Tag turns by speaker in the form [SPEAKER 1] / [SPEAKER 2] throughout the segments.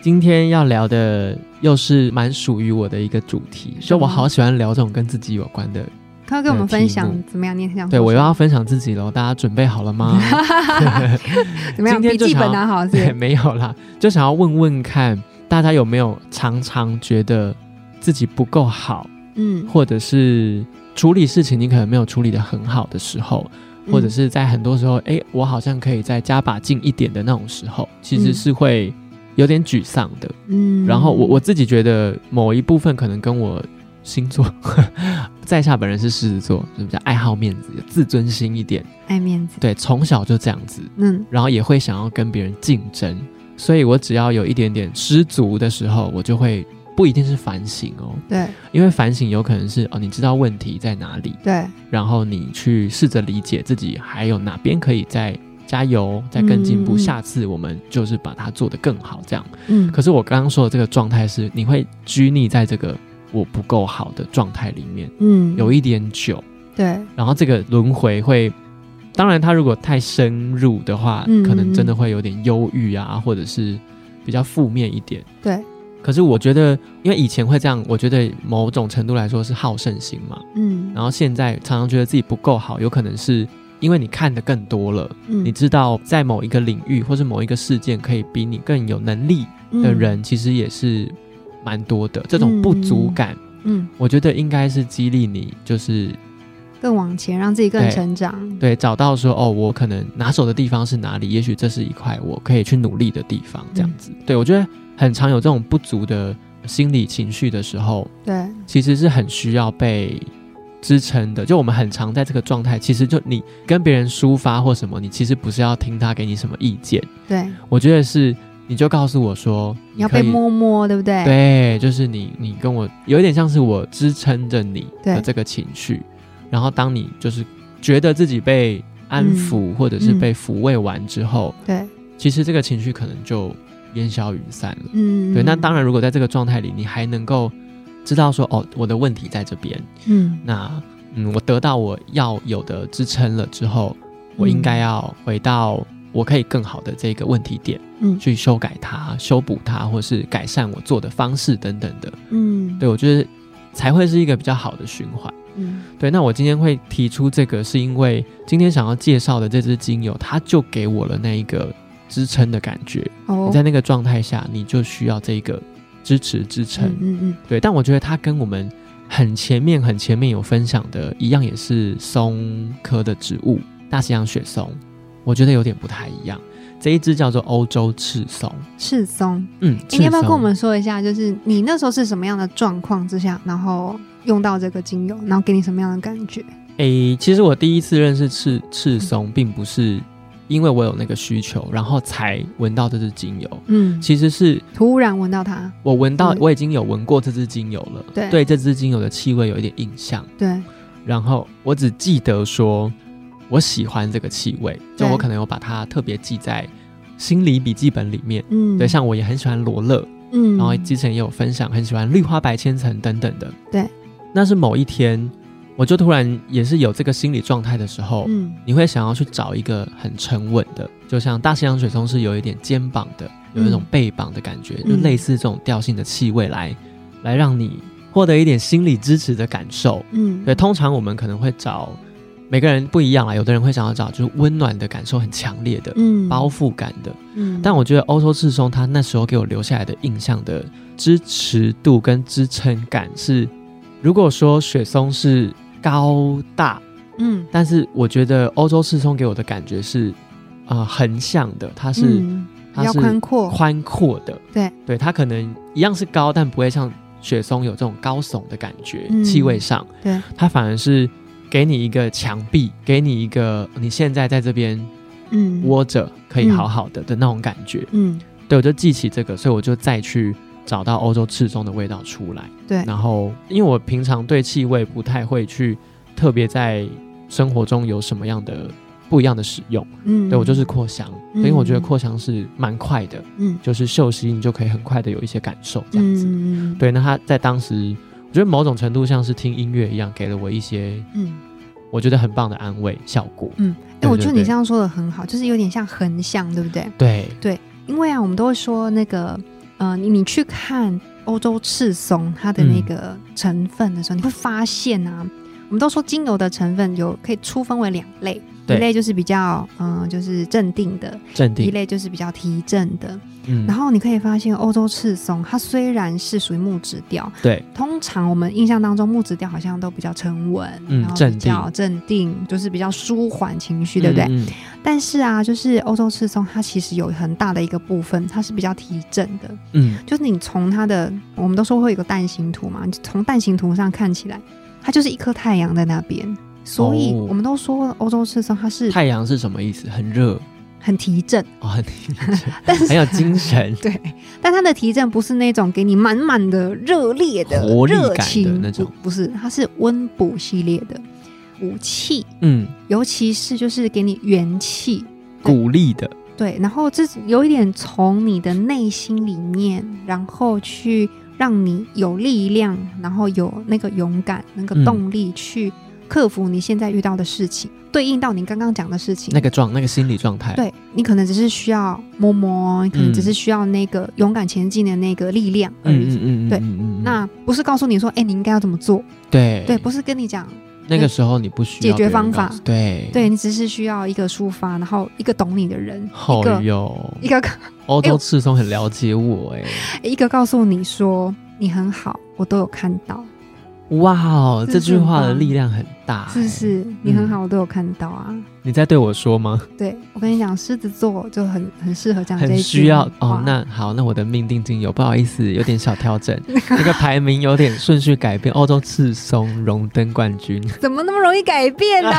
[SPEAKER 1] 今天要聊的又是蛮属于我的一个主题，所以我好喜欢聊这种跟自己有关的。
[SPEAKER 2] 快跟我们分享
[SPEAKER 1] 有题
[SPEAKER 2] 怎么样？你很想
[SPEAKER 1] 对我又
[SPEAKER 2] 要
[SPEAKER 1] 要分享自己喽，大家准备好了吗？
[SPEAKER 2] 怎么样？
[SPEAKER 1] 今
[SPEAKER 2] 笔
[SPEAKER 1] 天就
[SPEAKER 2] 记本
[SPEAKER 1] 想要
[SPEAKER 2] 拿好是不
[SPEAKER 1] 对，
[SPEAKER 2] 是？
[SPEAKER 1] 没有啦，就想要问问看大家有没有常常觉得自己不够好，
[SPEAKER 2] 嗯，
[SPEAKER 1] 或者是处理事情你可能没有处理的很好的时候，或者
[SPEAKER 2] 嗯
[SPEAKER 1] 是在很多时候，诶，我好像可以再加把劲一点的那种时候，其实
[SPEAKER 2] 嗯
[SPEAKER 1] 是会有点沮丧的。
[SPEAKER 2] 嗯
[SPEAKER 1] 然后我我自己觉得某一部分可能跟我星座， 在下本人是狮子座，就比较爱好面子、有自尊心一点，
[SPEAKER 2] 爱面子，
[SPEAKER 1] 对，从小就这样子。
[SPEAKER 2] 嗯
[SPEAKER 1] 然后也会想要跟别人竞争，所以我只要有一点点失足的时候，我就会不一定是反省哦，
[SPEAKER 2] 对
[SPEAKER 1] 因为反省有可能是哦，你知道问题在哪里，
[SPEAKER 2] 对，
[SPEAKER 1] 然后你去试着理解自己还有哪边可以再加油、再更进步，
[SPEAKER 2] 嗯嗯嗯
[SPEAKER 1] 下次我们就是把它做得更好这样。
[SPEAKER 2] 嗯，
[SPEAKER 1] 可是我刚刚说的这个状态是，你会拘泥在这个我不够好的状态里面，
[SPEAKER 2] 嗯
[SPEAKER 1] 有一点久，
[SPEAKER 2] 对
[SPEAKER 1] 然后这个轮回会，当然它如果太深入的话，
[SPEAKER 2] 嗯
[SPEAKER 1] 可能真的会有点忧郁啊，或者是比较负面一点。
[SPEAKER 2] 对，
[SPEAKER 1] 可是我觉得，因为以前会这样，我觉得某种程度来说是好胜心嘛。
[SPEAKER 2] 嗯，
[SPEAKER 1] 然后现在常常觉得自己不够好，有可能是因为你看的更多了，你
[SPEAKER 2] 你
[SPEAKER 1] 知道在某一个领域或是某一个事件可以比你更有能力的人，其实也是蛮多的。这种不足感，
[SPEAKER 2] 嗯，
[SPEAKER 1] 我觉得应该是激励你，就是
[SPEAKER 2] 更往前，让自己更
[SPEAKER 1] 对
[SPEAKER 2] 成长。
[SPEAKER 1] 对，找到说哦，我可能拿手的地方是哪里？也许这是一块我可以去努力的地方，这样子。对我觉得很常有这种不足的心理情绪的时候，
[SPEAKER 2] 对，
[SPEAKER 1] 其实是很需要被支撑的。就我们很常在这个状态，其实就你跟别人抒发或什么，你其实不是要听他给你什么意见，
[SPEAKER 2] 对，
[SPEAKER 1] 我觉得是你就告诉我说，
[SPEAKER 2] 你要被
[SPEAKER 1] 可以
[SPEAKER 2] 摸摸，对不对？，
[SPEAKER 1] 对，就是你，你跟我有一点像是我支撑着你的
[SPEAKER 2] 对
[SPEAKER 1] 这个情绪，然后当你就是觉得自己被安抚、或者是
[SPEAKER 2] 嗯
[SPEAKER 1] 被抚慰完之后，
[SPEAKER 2] 对，
[SPEAKER 1] 其实这个情绪可能就烟消云散了。
[SPEAKER 2] 嗯，
[SPEAKER 1] 对，那当然，如果在这个状态里，你还能够知道说，哦，我的问题在这边，
[SPEAKER 2] 嗯，
[SPEAKER 1] 那嗯，我得到我要有的支撑了之后，
[SPEAKER 2] 嗯
[SPEAKER 1] 我应该要回到我可以更好的这个问题点。
[SPEAKER 2] 嗯
[SPEAKER 1] 去修改它、修补它，或是改善我做的方式等等的。
[SPEAKER 2] 嗯，
[SPEAKER 1] 对我觉得才会是一个比较好的循环。
[SPEAKER 2] 嗯，
[SPEAKER 1] 对，那我今天会提出这个，是因为今天想要介绍的这支精油，它就给我了那一个支撑的感觉。
[SPEAKER 2] 哦
[SPEAKER 1] 你，在那个状态下，你就需要这一个支持支撑。
[SPEAKER 2] 嗯嗯嗯，
[SPEAKER 1] 对，但我觉得它跟我们很前面、很前面有分享的一样，也是松科的植物——大西洋雪松，我觉得有点不太一样。这一支叫做欧洲赤松，
[SPEAKER 2] 赤松，
[SPEAKER 1] 嗯，
[SPEAKER 2] 诶你要不要
[SPEAKER 1] 赤
[SPEAKER 2] 跟
[SPEAKER 1] 松
[SPEAKER 2] 我们说一下，就是你那时候是什么样的状况之下，然后用到这个精油，然后给你什么样的感觉？
[SPEAKER 1] 诶、其实我第一次认识赤赤松，并不是因为我有那个需求，然后才闻到这支精油。
[SPEAKER 2] 嗯，
[SPEAKER 1] 其实是
[SPEAKER 2] 突然闻到它，
[SPEAKER 1] 我闻到，
[SPEAKER 2] 嗯
[SPEAKER 1] 我已经有闻过这支精油了，
[SPEAKER 2] 对
[SPEAKER 1] 对这支精油的气味有一点印象。
[SPEAKER 2] 对，
[SPEAKER 1] 然后我只记得说，我喜欢这个气味，就
[SPEAKER 2] 对
[SPEAKER 1] 我可能有把它特别记在心理笔记本里面。
[SPEAKER 2] 嗯，
[SPEAKER 1] 对，像我也很喜欢罗勒，
[SPEAKER 2] 嗯，
[SPEAKER 1] 然后之前也有分享，很喜欢绿花白千层等等的。
[SPEAKER 2] 对，
[SPEAKER 1] 那是某一天，我就突然也是有这个心理状态的时候，
[SPEAKER 2] 嗯
[SPEAKER 1] 你会想要去找一个很沉稳的，就像大西洋水松是有一点肩膀的，有一种背膀的感觉，
[SPEAKER 2] 嗯
[SPEAKER 1] 就类似这种调性的气味来，来让你获得一点心理支持的感受。
[SPEAKER 2] 嗯，
[SPEAKER 1] 对，通常我们可能会找每个人不一样啊，有的人会想要找就是温暖的感受很强烈的、
[SPEAKER 2] 嗯
[SPEAKER 1] 包，覆感的，
[SPEAKER 2] 嗯，
[SPEAKER 1] 但我觉得欧洲赤松它那时候给我留下来的印象的支持度跟支撑感是，如果说雪松是高大
[SPEAKER 2] 嗯
[SPEAKER 1] 但是我觉得欧洲赤松给我的感觉是，啊、横向的，它是、
[SPEAKER 2] 嗯比
[SPEAKER 1] 它
[SPEAKER 2] 较
[SPEAKER 1] 是
[SPEAKER 2] 宽阔，
[SPEAKER 1] 宽阔的，
[SPEAKER 2] 对
[SPEAKER 1] 对，它可能一样是高，但不会像雪松有这种高耸的感觉，
[SPEAKER 2] 嗯
[SPEAKER 1] 气味上，
[SPEAKER 2] 对，
[SPEAKER 1] 它反而是给你一个墙壁，给你一个你现在在这边
[SPEAKER 2] 嗯，
[SPEAKER 1] 窝着可以
[SPEAKER 2] 嗯
[SPEAKER 1] 好好的的那种感觉，
[SPEAKER 2] 嗯
[SPEAKER 1] 对我就记起这个，所以我就再去找到欧洲赤松的味道出来。
[SPEAKER 2] 对
[SPEAKER 1] 然后因为我平常对气味不太会去特别在生活中有什么样的不一样的使用，
[SPEAKER 2] 嗯，
[SPEAKER 1] 对我就是扩香，
[SPEAKER 2] 嗯
[SPEAKER 1] 因为我觉得扩香是蛮快的，
[SPEAKER 2] 嗯
[SPEAKER 1] 就是嗅息你就可以很快的有一些感受这样子。
[SPEAKER 2] 嗯，
[SPEAKER 1] 对，那他在当时，我觉得某种程度像是听音乐一样，给了我一些
[SPEAKER 2] 嗯
[SPEAKER 1] 我觉得很棒的安慰效果。
[SPEAKER 2] 嗯，哎，
[SPEAKER 1] 对
[SPEAKER 2] 我
[SPEAKER 1] 对
[SPEAKER 2] 觉得你
[SPEAKER 1] 对
[SPEAKER 2] 这样说的很好，就是有点像横向，对不对？
[SPEAKER 1] 对，
[SPEAKER 2] 因为啊，我们都会说那个，呃，你你去看欧洲赤松它的
[SPEAKER 1] 嗯
[SPEAKER 2] 那个成分的时候，你会发现啊，我们都说精油的成分有可以粗分为两类，一
[SPEAKER 1] 对
[SPEAKER 2] 类就是比较嗯、呃就是镇定的，
[SPEAKER 1] 镇
[SPEAKER 2] 一
[SPEAKER 1] 定，
[SPEAKER 2] 类就是比较提振的。
[SPEAKER 1] 嗯，
[SPEAKER 2] 然
[SPEAKER 1] 后
[SPEAKER 2] 后你可以发现，欧洲赤松它虽然是属于木质调，
[SPEAKER 1] 对，
[SPEAKER 2] 通常我们印象当中木质调好像都比较沉稳，
[SPEAKER 1] 嗯
[SPEAKER 2] 然后
[SPEAKER 1] 镇
[SPEAKER 2] 比较镇定，就是比较舒缓情绪，对不对？
[SPEAKER 1] 嗯嗯
[SPEAKER 2] 但是啊，就是欧洲赤松，它其实有很大的一个部分，它是比较提振的。
[SPEAKER 1] 嗯，
[SPEAKER 2] 就是你从它的，我们都说会有个蛋形图嘛，你从蛋形图上看起来，它就是一颗太阳在那边。所以
[SPEAKER 1] 哦
[SPEAKER 2] 我们都说欧洲赤松它是
[SPEAKER 1] 太阳是什么意思？很热
[SPEAKER 2] 很提振，
[SPEAKER 1] 哦， 很
[SPEAKER 2] 但是，
[SPEAKER 1] 很有精神
[SPEAKER 2] 对，但它的提振不是那种给你满满的热烈的
[SPEAKER 1] 活力感的
[SPEAKER 2] 热情
[SPEAKER 1] 那种
[SPEAKER 2] 不不是，它是温补系列的武器，
[SPEAKER 1] 嗯，
[SPEAKER 2] 尤其是就是给你元气，
[SPEAKER 1] 鼓励的，
[SPEAKER 2] 对，然后这有一点从你的内心里面，然后去让你有力量，然后有那个勇敢、那个
[SPEAKER 1] 嗯
[SPEAKER 2] 动力去克服你现在遇到的事情，对应到你刚刚讲的事情。
[SPEAKER 1] 那个状，那个心理状态，，
[SPEAKER 2] 对你可能只是需要摸摸，你可能只是需要那个勇敢前进的那个力量而
[SPEAKER 1] 嗯
[SPEAKER 2] 已。
[SPEAKER 1] 嗯嗯嗯，
[SPEAKER 2] 对
[SPEAKER 1] 嗯，嗯嗯
[SPEAKER 2] 那不是告诉你说，哎、你应该要怎么做？
[SPEAKER 1] 对
[SPEAKER 2] 对，不是跟你讲，
[SPEAKER 1] 那个时候你不需要
[SPEAKER 2] 解决
[SPEAKER 1] 别人
[SPEAKER 2] 方法
[SPEAKER 1] 告诉对
[SPEAKER 2] 对你只是需要一个抒发，然后一个懂你的人，一
[SPEAKER 1] 好
[SPEAKER 2] 个
[SPEAKER 1] 哦哟，
[SPEAKER 2] 一个
[SPEAKER 1] 欧洲赤松很了解我哎，
[SPEAKER 2] 一个告诉你说你很好，我都有看到，
[SPEAKER 1] 哇哦，
[SPEAKER 2] 是
[SPEAKER 1] 这
[SPEAKER 2] 不是
[SPEAKER 1] 句话
[SPEAKER 2] 很
[SPEAKER 1] 的
[SPEAKER 2] 棒
[SPEAKER 1] 力量很大，
[SPEAKER 2] 是不是？你很
[SPEAKER 1] 嗯
[SPEAKER 2] 好，我都有看到啊。
[SPEAKER 1] 哎？你在对我说吗？
[SPEAKER 2] 对我跟你讲，狮子座就很很适合讲这一
[SPEAKER 1] 很
[SPEAKER 2] 句
[SPEAKER 1] 需要
[SPEAKER 2] 话
[SPEAKER 1] 哦。那好，那我的命定金有不好意思，有点小 调整，那个排名有点顺序改变。欧洲赤松荣登冠军，
[SPEAKER 2] 怎么那么容易改变呢、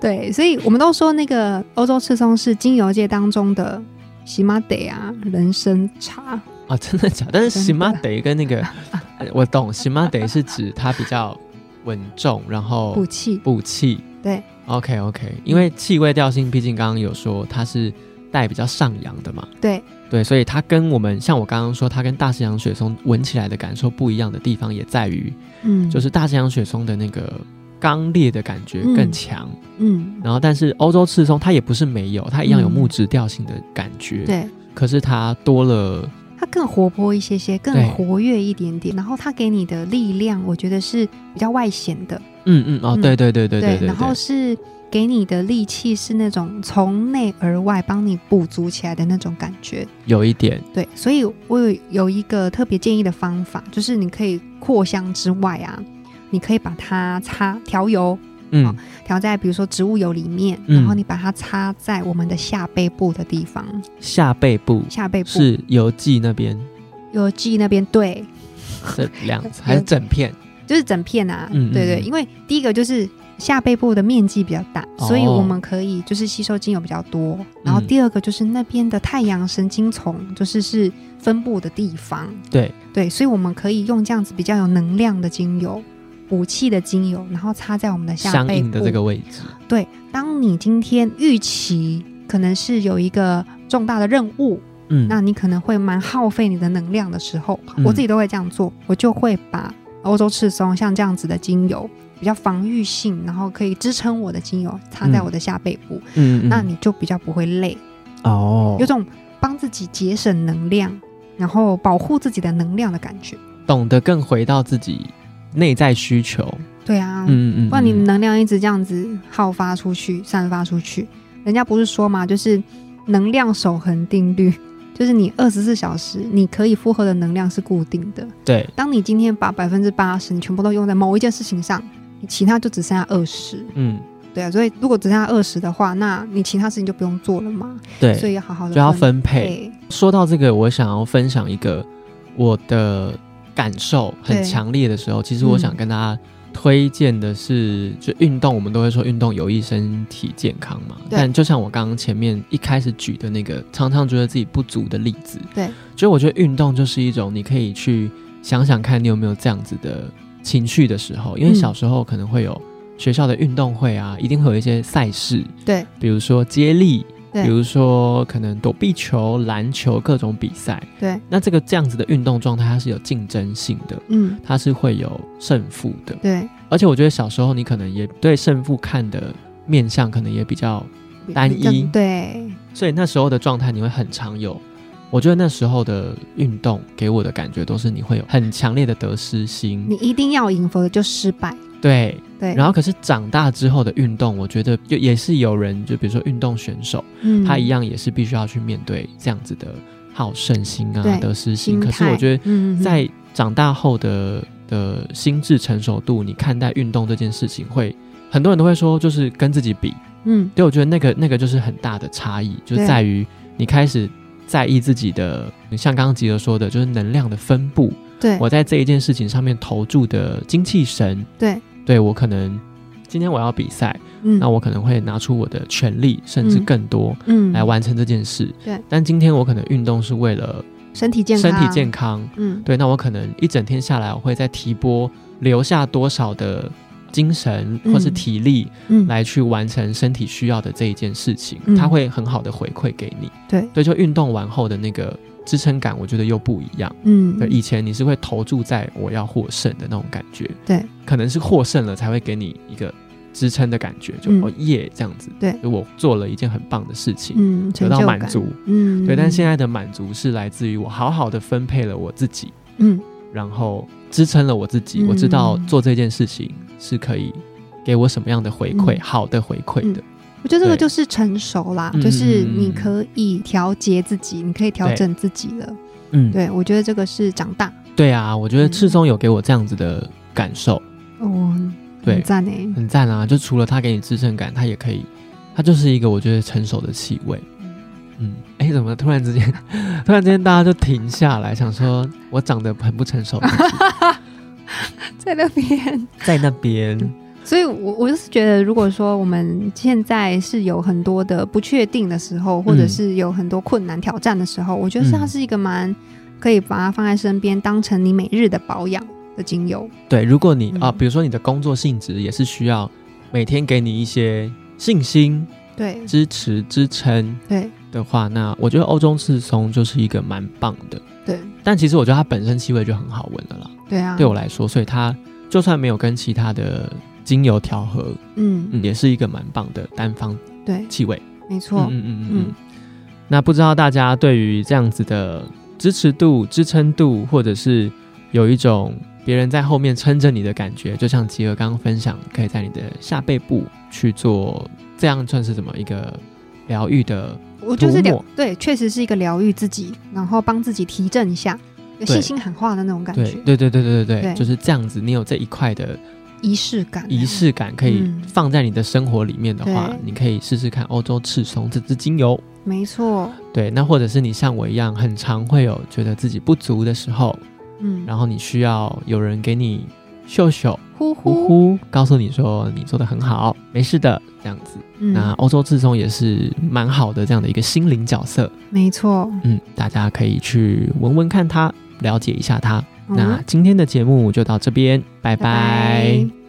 [SPEAKER 2] 对，所以我们都说那个欧洲赤松是精油界当中的喜马得啊，人参茶。
[SPEAKER 1] 哦，真的假的？但是喜
[SPEAKER 2] 真的
[SPEAKER 1] 马得跟那个， 呃我懂，喜马得是指它比较稳重，然后
[SPEAKER 2] 补气，
[SPEAKER 1] 补气。
[SPEAKER 2] 对
[SPEAKER 1] ，OK OK，因为气味调性，毕竟刚刚有说它是带比较上扬的嘛，
[SPEAKER 2] 对，
[SPEAKER 1] 对，所以它跟我们像我刚刚说，它跟大西洋雪松闻起来的感受不一样的地方，也在于
[SPEAKER 2] 嗯，
[SPEAKER 1] 就是大西洋雪松的那个刚烈的感觉更
[SPEAKER 2] 嗯
[SPEAKER 1] 强，
[SPEAKER 2] 嗯，
[SPEAKER 1] 然后但是欧洲赤松它也不是没有，它一样有
[SPEAKER 2] 嗯
[SPEAKER 1] 木质调性的感觉，，
[SPEAKER 2] 对，
[SPEAKER 1] 可是它多了，
[SPEAKER 2] 它更活泼一些些，
[SPEAKER 1] 对
[SPEAKER 2] 更活跃一点点，然后它给你的力量，我觉得是比较外显的。
[SPEAKER 1] 嗯嗯哦，
[SPEAKER 2] 嗯
[SPEAKER 1] 对对对对对对，
[SPEAKER 2] 然后是给你的力气是那种从内而外帮你补足起来的那种感觉。
[SPEAKER 1] 有一点，
[SPEAKER 2] 对，所以我有有一个特别建议的方法，就是你可以扩香之外啊，你可以把它擦调油，
[SPEAKER 1] 嗯、
[SPEAKER 2] 好调在比如说植物油里面，
[SPEAKER 1] 嗯
[SPEAKER 2] 然后你把它擦在我们的下背部的地方，
[SPEAKER 1] 下背部
[SPEAKER 2] 下背部
[SPEAKER 1] 是邮寄那边
[SPEAKER 2] 有记那边对，
[SPEAKER 1] 这 两还是整片，
[SPEAKER 2] 就是整片啊，
[SPEAKER 1] 嗯嗯
[SPEAKER 2] 对对，
[SPEAKER 1] 嗯
[SPEAKER 2] 因为第一个就是下背部的面积比较大，
[SPEAKER 1] 哦嗯
[SPEAKER 2] 所以我们可以就是吸收精油比较多。然后第二个就是那边的太阳神经丛就是是分布的地方，
[SPEAKER 1] 对，
[SPEAKER 2] 对，所以我们可以用这样子比较有能量的精油。补气的精油，然后擦在我们的下
[SPEAKER 1] 相
[SPEAKER 2] 背部。
[SPEAKER 1] 应的这个位置，
[SPEAKER 2] 对，当你今天预期可能是有一个重大的任务，
[SPEAKER 1] 嗯，
[SPEAKER 2] 那你可能会蛮耗费你的能量的时候，
[SPEAKER 1] 嗯
[SPEAKER 2] 我自己都会这样做，我就会把欧洲赤松像这样子的精油，比较防御性，然后可以支撑我的精油擦在我的下背部，
[SPEAKER 1] 嗯嗯
[SPEAKER 2] 那你就比较不会累，
[SPEAKER 1] 哦
[SPEAKER 2] 有，种帮自己节省能量，然后保护自己的能量的感觉。
[SPEAKER 1] 懂得更回到自己内在需求，
[SPEAKER 2] 对啊，
[SPEAKER 1] 嗯嗯嗯，
[SPEAKER 2] 不然你
[SPEAKER 1] 嗯
[SPEAKER 2] 能量一直这样子耗发出去、散发出去，人家不是说嘛，就是能量守恒定律，就是你二十四小时你可以负荷的能量是固定的。
[SPEAKER 1] 对，
[SPEAKER 2] 当你今天把百分之八十你全部都用在某一件事情上，你其他就只剩下二十，
[SPEAKER 1] 嗯
[SPEAKER 2] 对啊，所以如果只剩下二十的话，那你其他事情就不用做了嘛，所
[SPEAKER 1] 对，
[SPEAKER 2] 以要好好的
[SPEAKER 1] 就要分配，
[SPEAKER 2] 配，
[SPEAKER 1] 说到这个，我想要分享一个我的感受很
[SPEAKER 2] 对
[SPEAKER 1] 强烈的时候，其实我
[SPEAKER 2] 嗯
[SPEAKER 1] 想跟大家推荐的是，就运动，我们都会说运动有益身体健康嘛。
[SPEAKER 2] 对
[SPEAKER 1] 但就像我刚刚前面一开始举的那个，常常觉得自己不足的例子，
[SPEAKER 2] 对，
[SPEAKER 1] 就我觉得运动就是一种你可以去想想看你有没有这样子的情绪的时候，因为
[SPEAKER 2] 嗯
[SPEAKER 1] 小时候可能会有学校的运动会啊，一定会有一些赛事，
[SPEAKER 2] 对，
[SPEAKER 1] 比如说接力，
[SPEAKER 2] 对
[SPEAKER 1] 比如说可能躲避球、篮球各种比赛。
[SPEAKER 2] 对，
[SPEAKER 1] 那这个这样子的运动状态，它是有竞争性的，
[SPEAKER 2] 嗯，
[SPEAKER 1] 它是会有胜负的。
[SPEAKER 2] 对，
[SPEAKER 1] 而且我觉得小时候你可能也对胜负看的面相可能也比较，
[SPEAKER 2] 比
[SPEAKER 1] 单
[SPEAKER 2] 比较
[SPEAKER 1] 一
[SPEAKER 2] 对，
[SPEAKER 1] 所以那时候的状态你会很常有。我觉得那时候的运动给我的感觉都是你会有很强烈的得失心
[SPEAKER 2] 你，一定要赢，否则就失败。
[SPEAKER 1] 对。
[SPEAKER 2] 对，
[SPEAKER 1] 然后可是长大之后的运动，我觉得就也是有人，就比如说运动选手，
[SPEAKER 2] 嗯
[SPEAKER 1] 他一样也是必须要去面对这样子的好胜心啊、
[SPEAKER 2] 对
[SPEAKER 1] 得失
[SPEAKER 2] 心
[SPEAKER 1] 心。
[SPEAKER 2] 态。
[SPEAKER 1] 可是我觉得
[SPEAKER 2] 嗯，嗯嗯
[SPEAKER 1] 在长大后的的心智成熟度，你看待运动这件事情会，很多人都会说就是跟自己比，
[SPEAKER 2] 嗯，
[SPEAKER 1] 对我觉得那个那个就是很大的差异，就
[SPEAKER 2] 对
[SPEAKER 1] 在于你开始在意自己的，像刚刚吉德说的，就是能量的分布，
[SPEAKER 2] 对，
[SPEAKER 1] 我在这一件事情上面投注的精气神，
[SPEAKER 2] 对，
[SPEAKER 1] 对我可能今天我要比赛，
[SPEAKER 2] 嗯，
[SPEAKER 1] 那我可能会拿出我的全力，甚至
[SPEAKER 2] 嗯
[SPEAKER 1] 更多。
[SPEAKER 2] 嗯
[SPEAKER 1] 来完成这件事，
[SPEAKER 2] 对
[SPEAKER 1] 但今天我可能运动是为了
[SPEAKER 2] 身体健
[SPEAKER 1] 身
[SPEAKER 2] 康，
[SPEAKER 1] 体健，康，
[SPEAKER 2] 嗯，
[SPEAKER 1] 对，那我可能一整天下来，我会在提拨留下多少的精神
[SPEAKER 2] 嗯
[SPEAKER 1] 或是体力
[SPEAKER 2] 嗯，
[SPEAKER 1] 来去完成身体需要的这一件事情，
[SPEAKER 2] 嗯
[SPEAKER 1] 它会很好的回馈给你。
[SPEAKER 2] 对，
[SPEAKER 1] 对，就运动完后的那个支撑感，我觉得又不一样。
[SPEAKER 2] 嗯，
[SPEAKER 1] 对，以前你是会投注在我要获胜的那种感觉，
[SPEAKER 2] 对，
[SPEAKER 1] 可能是获胜了才会给你一个支撑的感觉，就、
[SPEAKER 2] 嗯
[SPEAKER 1] 哦耶这样子，
[SPEAKER 2] 对
[SPEAKER 1] 就我做了一件很棒的事情，
[SPEAKER 2] 嗯，
[SPEAKER 1] 得
[SPEAKER 2] 成
[SPEAKER 1] 到
[SPEAKER 2] 就
[SPEAKER 1] 满
[SPEAKER 2] 感，
[SPEAKER 1] 足。
[SPEAKER 2] 嗯，
[SPEAKER 1] 对，但现
[SPEAKER 2] 在，
[SPEAKER 1] 在的满足是来自于我好好的分配了我自己，
[SPEAKER 2] 嗯，
[SPEAKER 1] 然后支撑了我自己。
[SPEAKER 2] 嗯
[SPEAKER 1] 我知道做这件事情是可以给我什么样的回馈，
[SPEAKER 2] 嗯
[SPEAKER 1] 好的回馈的。
[SPEAKER 2] 我觉得这个
[SPEAKER 1] 对
[SPEAKER 2] 就是成熟啦，
[SPEAKER 1] 嗯
[SPEAKER 2] 就是
[SPEAKER 1] 嗯嗯
[SPEAKER 2] 你可以调节自己，你可以调
[SPEAKER 1] 对
[SPEAKER 2] 整自己了。
[SPEAKER 1] 嗯，
[SPEAKER 2] 对，我觉得这个是长大，
[SPEAKER 1] 对啊，我觉得
[SPEAKER 2] 嗯
[SPEAKER 1] 赤松有给我这样子的感受，
[SPEAKER 2] 哦，
[SPEAKER 1] 对
[SPEAKER 2] 很赞欸诶。
[SPEAKER 1] 很赞啊！就除了他给你支撑感，他也可以，他就是一个我觉得成熟的气味。嗯，哎，怎么突然之间， 突然之间大家就停下来，想说我长得很不成熟，
[SPEAKER 2] 在那边，
[SPEAKER 1] 在那边，
[SPEAKER 2] 所以我我就是觉得，如果说我们现在是有很多的不确定的时候，或者是有很多困难挑战的时候，我觉得是它
[SPEAKER 1] 嗯
[SPEAKER 2] 是一个蛮可以把它放在身边，当成你每日的保养的精油。
[SPEAKER 1] 对，如果你、啊，
[SPEAKER 2] 嗯
[SPEAKER 1] 比如说你的工作性质也是需要每天给你一些信心、
[SPEAKER 2] 对
[SPEAKER 1] 支持、支撑
[SPEAKER 2] 对
[SPEAKER 1] 的话，那我觉得欧洲赤松就是一个蛮棒的。
[SPEAKER 2] 对
[SPEAKER 1] 但其实我觉得它本身气味就很好闻了啦，
[SPEAKER 2] 对啊！
[SPEAKER 1] 对我来说，所以它就算没有跟其他的精油调和，
[SPEAKER 2] 嗯
[SPEAKER 1] 嗯，也是一个蛮棒的单方
[SPEAKER 2] 对，
[SPEAKER 1] 气味。
[SPEAKER 2] 没错
[SPEAKER 1] 嗯，嗯嗯嗯
[SPEAKER 2] 嗯
[SPEAKER 1] 嗯。那不知道大家对于这样子的支持度、支撑度，或者是有一种别人在后面撑着你的感觉，就像吉儿刚刚分享，可以在你的下背部去做，这样算是怎么一个疗愈的？
[SPEAKER 2] 我就是
[SPEAKER 1] 涂
[SPEAKER 2] 疗
[SPEAKER 1] 抹
[SPEAKER 2] 对，确实是一个疗愈自己，然后帮自己提振一下，有
[SPEAKER 1] 对
[SPEAKER 2] 信心喊话的那种感
[SPEAKER 1] 对
[SPEAKER 2] 觉，
[SPEAKER 1] 对对对对对对，
[SPEAKER 2] 对
[SPEAKER 1] 就是这样子。你有这一块的
[SPEAKER 2] 仪式感，
[SPEAKER 1] 仪式感，可以
[SPEAKER 2] 嗯
[SPEAKER 1] 放在你的生活里面的话，
[SPEAKER 2] 对
[SPEAKER 1] 你可以试试看欧洲赤松这支精油。
[SPEAKER 2] 没错，
[SPEAKER 1] 对，那或者是你像我一样，很常会有觉得自己不足的时候，
[SPEAKER 2] 嗯，
[SPEAKER 1] 然
[SPEAKER 2] 后
[SPEAKER 1] 后你需要有人给你秀秀、
[SPEAKER 2] 呼
[SPEAKER 1] 呼
[SPEAKER 2] 呼，
[SPEAKER 1] 呼，告诉你说你做的很好，没事的，这样子。那
[SPEAKER 2] 嗯，
[SPEAKER 1] 欧洲志松也是蛮好的这样的一个心灵角色，
[SPEAKER 2] 没错，
[SPEAKER 1] 嗯，大家可以去闻闻看它，了解一下它。
[SPEAKER 2] 嗯
[SPEAKER 1] 啊那今天的节目就到这边，拜拜
[SPEAKER 2] 拜